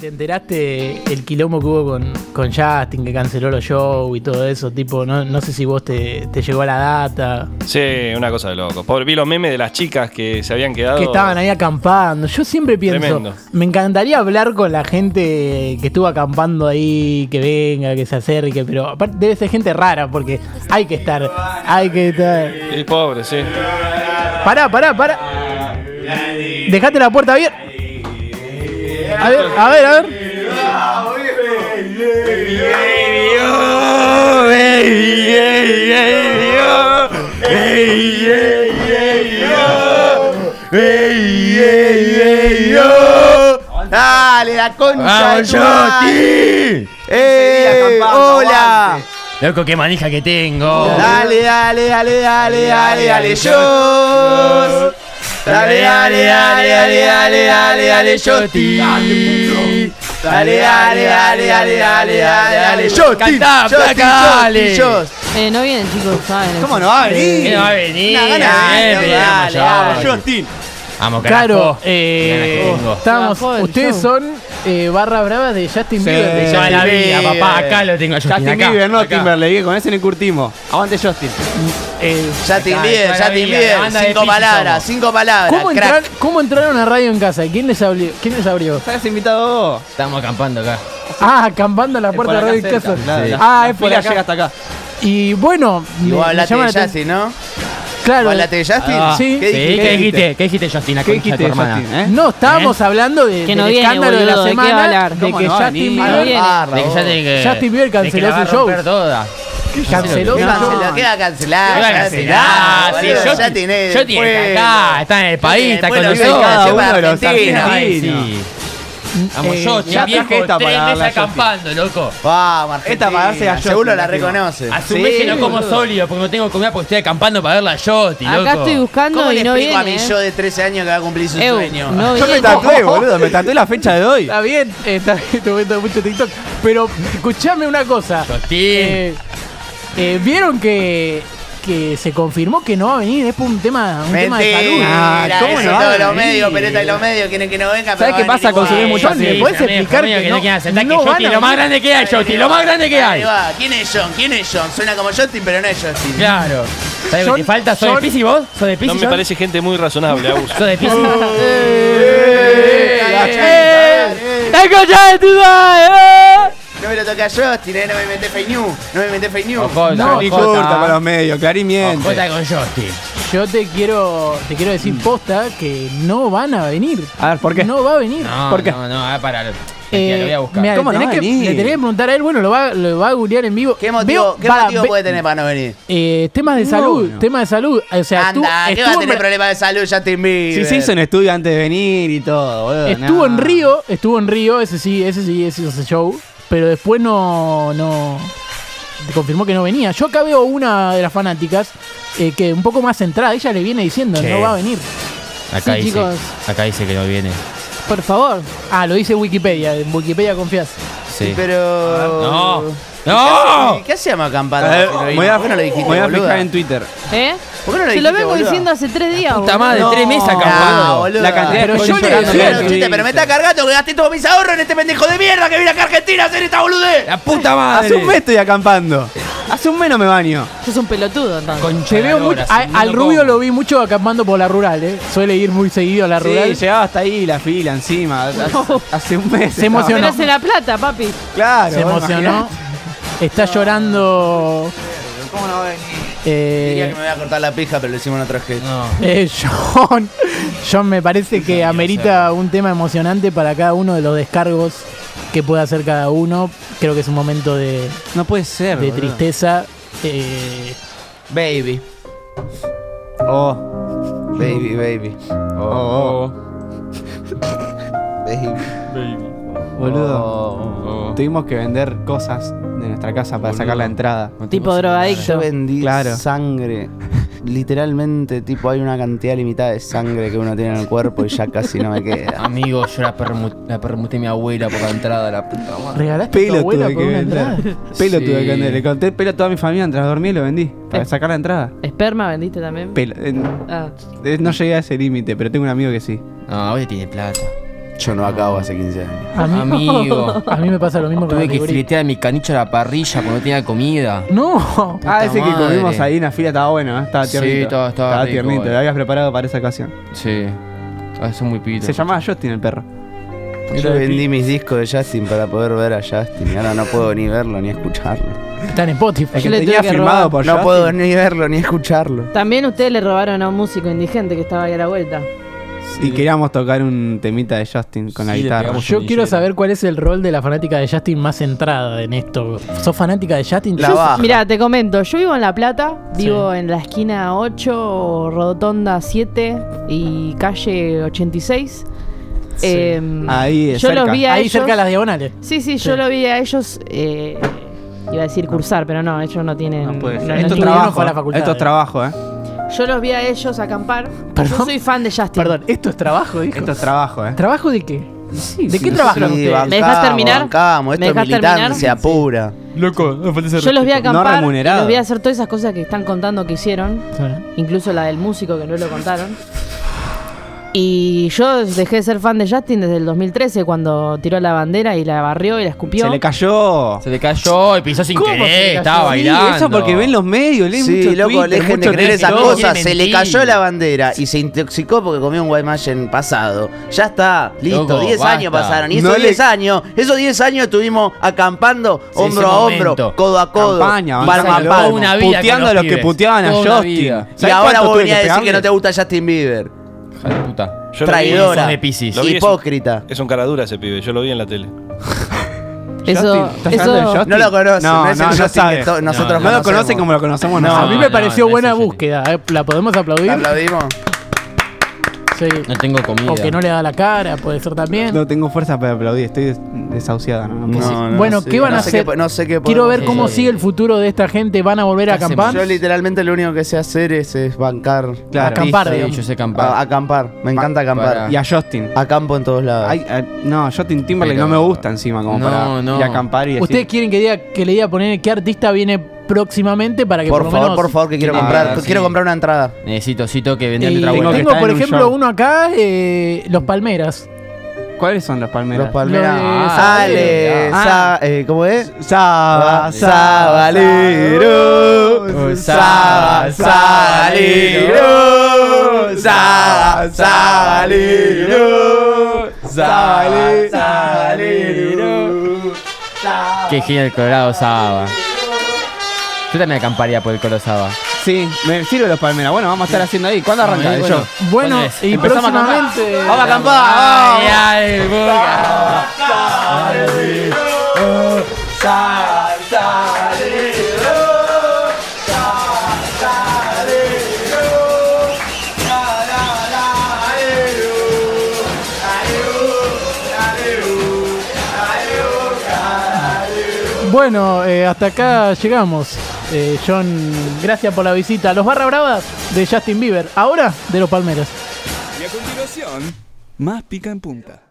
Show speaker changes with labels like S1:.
S1: ¿Te enteraste el quilombo que hubo con, con Justin, que canceló los shows y todo eso? Tipo, no, no sé si vos te, te llegó a la data.
S2: Sí, una cosa de loco. Pobre, vi los memes de las chicas que se habían quedado.
S1: Que estaban ahí acampando. Yo siempre pienso,
S2: Tremendo.
S1: me encantaría hablar con la gente que estuvo acampando ahí, que venga, que se acerque, pero aparte debe ser gente rara porque hay que estar, hay que estar.
S2: Sí, pobre, sí.
S1: Pará, pará, pará. Dejate la puerta abierta. A ver, a ver, a ver.
S3: Dale, la concha. de tu madre. ¡Eh!
S4: acampando,
S3: ¡Hola!
S4: Loco, qué manija que tengo.
S3: Dale, dale, dale, dale, dale, dale, yo. Dale, dale, dale, dale, dale, dale, dale, Yoti. Dale, dale, dale, dale, dale, dale, dale, Yoti.
S4: Cantá,
S3: Yoti,
S4: placa,
S3: Yoti,
S4: dale.
S3: Yoti.
S5: Eh, no vienen, chicos, Eh, saben.
S3: ¿Cómo no va a venir?
S4: ¿Qué va a venir?
S3: Una gana de
S4: Dale,
S3: venir,
S4: vamos,
S3: dale,
S4: ya.
S3: dale, Yoti.
S4: Vamos,
S1: Claro,
S4: carajo.
S1: eh,
S4: Qué ganas que tengo.
S1: estamos,
S5: Se bajó el
S1: ustedes
S5: show.
S1: son eh, barra brava de Justin Bieber. de Justin
S4: Mala
S1: Bieber.
S4: vida,
S3: Eh, Bieber.
S4: papá. Acá lo tengo a Justin.
S3: Justin
S4: acá,
S3: Bieber, no
S4: acá.
S3: Timberlake, que con ese le curtimos. Aguante Justin.
S1: Eh,
S3: Justin
S4: Acá,
S3: Bieber,
S4: toda la
S3: Justin
S4: vida, la
S3: Bieber.
S4: banda de
S3: Cinco
S4: Pichi
S3: palabras,
S4: somos.
S3: cinco palabras.
S1: ¿cómo,
S3: crack.
S1: entrar- ¿Cómo entraron a radio en casa? ¿Quién les abrió? ¿Quién les abrió?
S3: ¿Sabes invitado vos?
S4: Estamos acampando acá.
S1: Ah, acampando a la puerta de
S3: por acá
S1: radio en
S3: cerca,
S1: casa.
S3: claro, la-
S1: Ah,
S3: la
S1: es por
S3: fila
S1: acá.
S3: llega hasta acá.
S1: Y bueno,
S3: Y
S1: me-
S3: vos
S1: me
S3: hablaste
S1: llama
S3: de
S1: la atención-
S3: Justin, ¿no?
S1: Claro.
S3: ¿Hablaste de Justin?
S4: Ah,
S1: sí.
S3: ¿Qué
S4: Sí,
S3: dijiste?
S4: ¿Qué dijiste? ¿Qué dijiste, Justin? La
S3: ¿Qué
S4: concha de tu
S3: dijiste,
S4: hermana?
S3: Justin? eh?
S1: No, estábamos hablando de,
S5: Que
S1: del
S5: no viene,
S1: escándalo de la
S5: boludo, ¿de qué
S1: semana.
S5: va a hablar?
S1: de
S3: ¿Cómo
S1: que
S3: no va a
S1: Justin
S4: Ah,
S3: venir?
S5: Bieber-
S1: Bieber
S5: viene.
S3: Barra,
S4: De que ya te- que-
S1: Justin Bieber
S4: de que
S1: canceló
S4: la va a
S1: sus shows.
S4: romper toda.
S1: canceló
S3: ¿Qué
S1: su show.
S3: cancelá? ¿Qué va a cancelar?
S4: ¿Qué va a cancelar?
S3: Boludo,
S4: Ah, Sí, yo-
S3: ya tiene
S4: yo tiene
S3: después.
S4: acá, está en el país,
S3: Tiene
S4: está
S3: después
S4: con
S3: lo vive
S4: nosotros.
S3: cada uno de los
S4: Está bien,
S3: argentinos.
S4: ahí,
S3: Argentina.
S4: sí. Vamos,
S1: Eh,
S4: yo,
S3: ya
S4: ya viejo,
S3: traje esta
S4: tres
S3: para
S4: meses
S3: darle a Justin.
S4: acampando, loco.
S3: Vamos, Argentina.
S6: Esta para darse a
S3: Seguro
S6: Justin,
S3: la
S6: la tengo.
S3: reconoce.
S4: Asume
S3: Sí,
S4: que no como
S3: boludo.
S4: sólido porque no tengo comida porque estoy acampando para ver la Yoti, loco.
S5: Acá estoy
S3: ¿Cómo
S5: buscando
S3: le
S5: y no
S3: explico
S5: viene.
S3: a mi
S5: eh.
S3: yo de 13 años que va a cumplir su
S5: Eu,
S3: sueño?
S5: no
S6: Yo me
S5: viene.
S6: tatué, boludo. Me tatué la fecha de hoy.
S1: Está bien, eh, está bien, estoy viendo mucho TikTok. Pero escuchame una cosa.
S4: Justin.
S1: Eh, eh, ¿Vieron que, que se confirmó que no va a venir? Es por un tema, un tema de salud.
S3: Mentira,
S6: Ah, ¿cómo
S3: eso
S6: no va a
S3: todos los
S6: venir?
S3: medios, pereta de los medios, quieren que no venga,
S6: ¿Sabés
S3: pero
S6: qué
S3: va a
S6: pasa?
S3: venir igual.
S6: Consumimos
S1: John, ¿me
S6: Sí,
S1: puedes
S4: amigo,
S1: explicar
S4: amigo,
S1: que
S4: que
S1: no,
S4: no quieren aceptar que
S1: no
S4: Justin
S1: van a
S4: lo más
S1: venir?
S4: grande que hay, Justin, lo más grande que
S3: Ahí
S4: hay.
S3: va. ¿Quién es John? ¿Quién es John? Suena como Justin, pero no es Justin.
S4: Claro. ¿Sabes lo
S1: Son-
S4: que te falta? ¿Sos
S1: son-
S4: de Pisi vos? ¿Sos de Pisi?
S2: No me
S4: John?
S2: parece gente muy razonable, Agus.
S4: ¿Sos de Pisi?
S1: Eh,
S3: eh. No me lo toca Justin, eh, no me meté fake news, no me meté fake news.
S4: Ojo,
S1: No,
S6: Ni
S4: Johnny
S6: corta para los medios, Clarín miente.
S4: Jota con Justin.
S1: Yo te quiero, te quiero decir posta que no van a venir.
S6: A ver, ¿por qué?
S1: No va a venir.
S4: No,
S6: ¿Por qué?
S4: no, no, ah, para.
S1: Eh,
S4: lo voy a buscar.
S1: mirá,
S6: ¿Cómo
S1: le
S6: no
S1: tenés
S6: va a
S1: que,
S6: venir?
S1: le tenés que preguntar a él, bueno, lo va, lo va a googlear en vivo.
S3: ¿Qué motivo,
S1: Veo-
S3: ¿qué
S1: para,
S3: motivo
S1: ve-
S3: puede tener para no venir?
S1: eh, temas de salud, temas de salud. O sea, estuvo-
S3: Anda, ¿qué
S1: estuvo
S3: va a
S1: en
S3: tener
S1: Bra-
S3: problemas de salud Justin Bieber?
S6: Sí, se hizo un estudio antes de venir y todo, boludo.
S1: Estuvo
S6: nah.
S1: en Río, estuvo en Río, ese sí, ese sí, ese es el show. Pero después no, no. te Confirmó que no venía. Yo acá veo una de las fanáticas eh, que un poco más centrada, ella le viene diciendo,
S4: ¿Qué?
S1: no va a venir.
S4: Acá
S5: Sí,
S4: dice.
S5: chicos.
S4: Acá dice que no viene.
S5: Por favor.
S1: Ah, lo dice Wikipedia, en Wikipedia confías.
S4: Sí.
S3: Pero.
S4: No.
S3: ¿Y
S4: Ah, ¡No!
S3: ¿Qué hacíamos acampando?
S6: Eh,
S3: si no
S6: me
S3: vino?
S6: voy a,
S3: ¿Por qué no lo dijiste,
S6: voy a
S3: boluda?
S6: fijar en Twitter.
S5: ¿Eh?
S3: ¿Por qué no lo
S5: Se
S3: dijiste,
S5: lo vengo
S3: boluda?
S5: diciendo hace tres días.
S4: Puta madre,
S5: boludo.
S4: tres meses
S3: Ah,
S4: acampando.
S3: boluda.
S6: La cantidad
S1: Pero
S6: de
S1: yo le-
S6: cosas que
S1: yo
S3: Pero,
S1: le-
S6: me
S3: chiste, pero me está cargando que gasté todos mis ahorros en este pendejo de mierda que vine acá a Argentina a hacer esta boludez.
S4: La puta madre.
S6: Hace un mes estoy acampando. Hace un mes no me baño.
S5: Sos un pelotudo, entonces.
S4: Concha
S1: Te
S4: de
S1: veo
S4: la
S1: mucho.
S4: lora,
S1: a-
S4: si no
S1: al
S4: como.
S1: Rubio lo vi mucho acampando por la rural, ¿eh? Suele ir muy seguido a la rural.
S6: Sí, llegaba hasta ahí la fila encima. Hace, hace un mes.
S1: Se
S6: estaba.
S1: emocionó.
S5: Ah, Pero hace la plata, papi.
S6: Claro.
S1: se
S6: vos
S1: emocionó.
S6: imaginás.
S1: Está llorando.
S3: ¿Cómo no venir? Diría que
S1: Eh,
S3: me voy a cortar la pija, pero lo hicimos en otro gesto.
S4: No.
S1: eh, John. John me parece que amerita un tema emocionante para cada uno de los descargos que pueda hacer cada uno. Creo que es un momento de,
S6: No puede ser.
S1: de
S6: Ah, boludo.
S1: tristeza. Eh,
S3: Baby,
S6: Oh,
S3: baby, baby,
S6: oh, oh.
S3: baby.
S6: Boludo.
S3: Oh.
S6: Tuvimos que vender cosas de nuestra casa para sacar la entrada.
S5: Tipo
S3: Yo
S5: drogadicto.
S3: vendí
S6: Claro.
S3: sangre. Literalmente, tipo, hay una cantidad limitada de sangre que uno tiene en el cuerpo y ya casi no me queda.
S4: Amigo, yo la, permu- la permuté a mi abuela por la entrada, la puta madre.
S1: ¿Regalaste a tu
S6: Pelo
S1: abuela
S6: tuve
S1: por
S6: que
S1: una
S6: vender.
S1: entrada?
S6: Pelo tuve
S4: Sí.
S6: que vender. Le conté pelo a toda mi familia mientras dormí y lo vendí. Para sacar la entrada.
S5: Esperma vendiste también.
S6: Pelo. eh,
S5: Ah.
S6: eh, No llegué a ese límite, pero tengo un amigo que sí.
S4: No, hoy tiene plata.
S3: Yo no acabo hace 15 años.
S1: A mí,
S4: Amigo.
S1: a mí me pasa lo mismo con
S4: Tuve que
S1: Rodrigo.
S4: filetear mi canicho a la parrilla porque no tenía comida.
S1: No.
S6: Ah,
S4: Puta
S6: ese que
S4: madre.
S6: comimos ahí en la fila estaba bueno, ¿eh? estaba
S4: Sí,
S6: tiernito.
S4: estaba- estaba rico,
S6: tiernito,
S4: eh.
S6: lo habías preparado para esa ocasión.
S4: Sí. Ah, son muy pibitos.
S6: Se llamaba Justin el perro.
S3: Yo vendí mis discos de Justin para poder ver a Justin y ahora no puedo ni verlo ni escucharlo.
S1: Están en Spotify.
S6: El que
S5: le tuve
S6: tenía
S5: que
S6: firmado
S5: robar.
S6: por
S3: No
S6: Justin.
S3: puedo ni verlo ni escucharlo.
S5: También ustedes le robaron a un músico indigente que estaba ahí a la vuelta.
S6: Y queríamos tocar un temita de Justin con la
S7: Sí, le
S6: guitarra.
S7: pegamos
S1: Yo
S7: un
S1: quiero
S7: DJ.
S1: saber cuál es el rol de la fanática de Justin más centrada en esto. ¿Sos fanática de Justin?
S3: La
S1: Yo-
S3: baja.
S5: Mira, te comento, yo vivo en La Plata, vivo en la esquina 8, Rotonda 7 y calle 86.
S1: Sí.
S5: Em,
S6: Ahí,
S5: yo
S6: cerca.
S5: los vi a
S1: Ahí
S5: ellos-
S1: cerca de las diagonales.
S5: Sí, sí, yo
S1: Sí.
S5: lo vi a ellos. eh, iba a decir cursar, pero no, ellos no tienen.
S6: No puede ser.
S5: no
S6: Esto es
S5: estudian.
S1: trabajo.
S6: trabajo.
S1: para la
S6: ¿eh?
S1: facultad,
S6: Esto es
S1: eh.
S6: trabajo, ¿eh?
S5: Yo los vi a ellos acampar.
S1: Perdón.
S5: Yo soy fan de Justin.
S1: Perdón, ¿esto es trabajo, dijo?
S6: Esto es trabajo, ¿eh?
S1: ¿Trabajo de qué? ¿De qué trabajan
S3: Sí,
S1: ustedes?
S3: bancamos,
S5: ¿Me dejas terminar?
S3: bancamos, Esto
S5: ¿Me dejas
S3: es militancia
S5: terminar?
S3: pura.
S7: Loco, no faltes
S5: Yo los vi a
S6: No
S5: acampar. y
S6: remunerado.
S5: los vi a hacer todas esas cosas que están contando que hicieron. Incluso la del músico que no lo contaron. Y yo dejé de ser fan de Justin desde el 2013 cuando tiró la bandera y la barrió y la escupió.
S6: Se le cayó.
S4: Se le cayó y pisó sin
S1: ¿Cómo se le
S4: querer.
S1: cayó?
S4: Estaba
S1: Sí,
S4: bailando.
S6: eso porque ven los medios, leen
S3: Sí,
S6: mucho
S3: loco,
S6: Twitter,
S3: dejen de
S6: mucho
S3: creer esas
S4: no,
S3: cosas.
S4: quiere
S3: Se le
S4: mentir.
S3: cayó la bandera y se intoxicó porque comió un Guaymallén pasado. Ya está, listo,
S4: Loco,
S3: 10
S4: basta.
S3: años pasaron. Y
S6: No
S3: esos
S6: le-
S3: 10 años, esos 10 años estuvimos acampando
S4: Sí,
S3: hombro
S4: ese
S3: a hombro,
S4: momento.
S3: codo a codo,
S6: Campaña,
S3: palmo a
S4: bancarlo.
S3: palmo.
S4: Una vida
S6: puteando
S4: con
S6: a los
S4: los
S6: que
S4: pibes.
S6: puteaban a
S4: Toda una
S6: Justin.
S4: vida.
S3: Y
S6: ¿Sabés
S3: ahora
S6: cuánto
S3: vos
S6: tuve
S3: venís a decir que
S6: pegarle?
S3: no te gusta Justin Bieber.
S4: Hija de puta.
S2: Yo lo vi-
S3: Traidora,
S4: Son de Piscis.
S2: Lo vi, es un-
S3: hipócrita.
S2: Es un cara dura ese pibe, yo lo vi en la tele.
S5: eso,
S6: Justin, ¿estás hablando de
S5: eso,
S6: Justin?
S3: No lo conoce,
S6: No,
S3: no es el
S6: no, no
S3: Justin
S6: sabe.
S3: que to- nosotros
S6: No lo conocen
S3: conocemos.
S6: como lo conocemos
S4: No,
S1: a mí
S6: nosotros.
S1: me
S4: no,
S1: pareció
S4: no,
S1: buena
S4: eso yo-
S1: búsqueda. ¿eh? ¿La podemos aplaudir?
S3: ¿Aplaudimos?
S1: Sí.
S4: No tengo comida.
S1: O que no le da la cara, puede ser también.
S6: No tengo fuerza para aplaudir, estoy des- desahuciada. No, no puedo.
S3: No, no
S1: Bueno,
S3: sé.
S1: ¿qué van a
S3: No sé qué
S1: hacer?
S3: po- no sé qué
S1: Quiero
S3: podemos
S1: ver cómo
S3: hacer.
S1: sigue el futuro de esta gente. ¿Van a volver a
S4: ¿Qué
S1: acampar?
S3: Yo literalmente lo único que sé hacer es, es bancar.
S6: Claro.
S1: Acampar,
S4: Sí,
S1: digamos.
S4: yo sé
S3: A-
S4: acampar.
S3: acampar. Me encanta acampar.
S4: para-
S6: Y a Justin.
S3: Acampo en todos lados.
S6: Ay, ah, no, Justin Timberlake
S4: Pero-
S6: no me gusta encima como
S4: No,
S6: para
S4: no.
S6: ir a acampar y decir,
S1: ¿Ustedes quieren que, diga, que le diga poner qué artista viene próximamente para que por,
S3: por
S1: lo
S3: favor,
S1: menos-
S3: por favor, que quiero
S4: Ah,
S3: comprar.
S4: sí.
S3: Quiero comprar una entrada.
S4: Necesito, cito que vendía
S1: Y
S4: mi otra
S1: eh, tengo,
S6: que
S4: abuela.
S6: estar
S1: por
S6: en un
S1: ejemplo
S6: show.
S1: uno acá, eh, Los Palmeras.
S6: ¿Cuáles son los palmeras?
S3: Los palmeras.
S1: Lo de
S3: Ah,
S1: Ah.
S3: Sale,
S4: Saavedra.
S3: sa- eh, ¿cómo es?
S6: Saba,
S3: Sabalero, Saba, Sabalero, Saba, Sabalero, Saba, Sabalero.
S4: Qué genial el Colorado Saba. Yo también acamparía por el Colorado Saba.
S6: Sí, me sirve los palmeras. Bueno, vamos a estar haciendo ahí. ¿Cuándo arranca el show?
S1: Bueno,
S4: ¿Cuál es?
S1: y
S4: Empezamos a acampar.
S1: próximamente.
S3: ¡Vamos a acampar!
S4: Ay, ay, burga.
S1: Bueno, eh, hasta acá llegamos. Eh, John, gracias por la visita. Los Barra Bravas de Justin Bieber, ahora de los Palmeras.
S7: Y a continuación, más pica en punta.